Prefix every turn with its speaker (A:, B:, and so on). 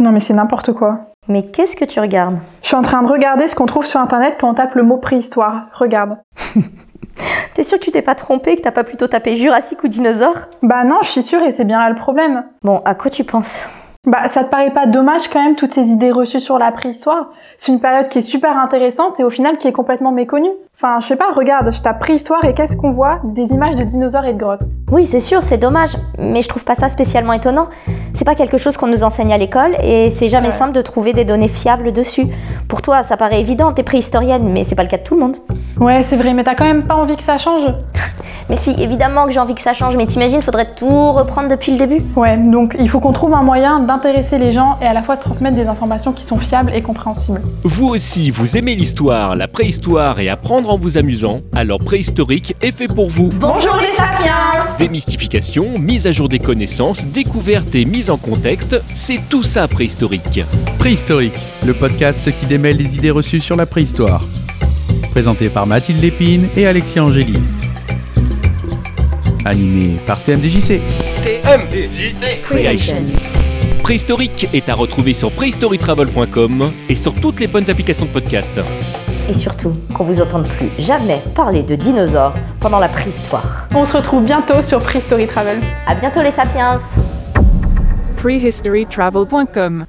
A: Non, mais c'est n'importe quoi.
B: Mais qu'est-ce que tu regardes
A: Je suis en train de regarder ce qu'on trouve sur internet quand on tape le mot préhistoire. Regarde.
B: T'es sûr que tu t'es pas trompé, que t'as pas plutôt tapé Jurassique ou dinosaure
A: Bah non, je suis sûre et c'est bien là le problème.
B: Bon, à quoi tu penses
A: Bah ça te paraît pas dommage quand même toutes ces idées reçues sur la préhistoire C'est une période qui est super intéressante et au final qui est complètement méconnue. Enfin, je sais pas, regarde, je tape préhistoire et qu'est-ce qu'on voit Des images de dinosaures et de grottes.
B: Oui, c'est sûr, c'est dommage, mais je trouve pas ça spécialement étonnant. C'est pas quelque chose qu'on nous enseigne à l'école et c'est jamais
A: Ouais.
B: simple de trouver des données fiables dessus. Pour toi, ça paraît évident, t'es préhistorienne, mais c'est pas le cas de tout le monde.
A: Ouais, c'est vrai, mais t'as quand même pas envie que ça change
B: Mais si, évidemment que j'ai envie que ça change, mais t'imagines, faudrait tout reprendre depuis le début.
A: Ouais, donc il faut qu'on trouve un moyen d'intéresser les gens et à la fois de transmettre des informations qui sont fiables et compréhensibles.
C: Vous aussi, vous aimez l'histoire, la préhistoire et apprendre en vous amusant Alors Préhistorique est fait pour vous.
A: Bonjour les sapiens
C: Démystification, mise à jour des connaissances, découvertes et mise en contexte, c'est tout ça Préhistorique.
D: Préhistorique, le podcast qui démêle les idées reçues sur la préhistoire. Présenté par Mathilde Lépine et Alexis Angéli. Animé par TMDJC.
C: Préhistorique est à retrouver sur prehistorytravel.com et sur toutes les bonnes applications de podcast.
B: Et surtout, qu'on vous entende plus jamais parler de dinosaures pendant la préhistoire.
A: On se retrouve bientôt sur Prehistory Travel.
B: À bientôt les sapiens
E: prehistorytravel.com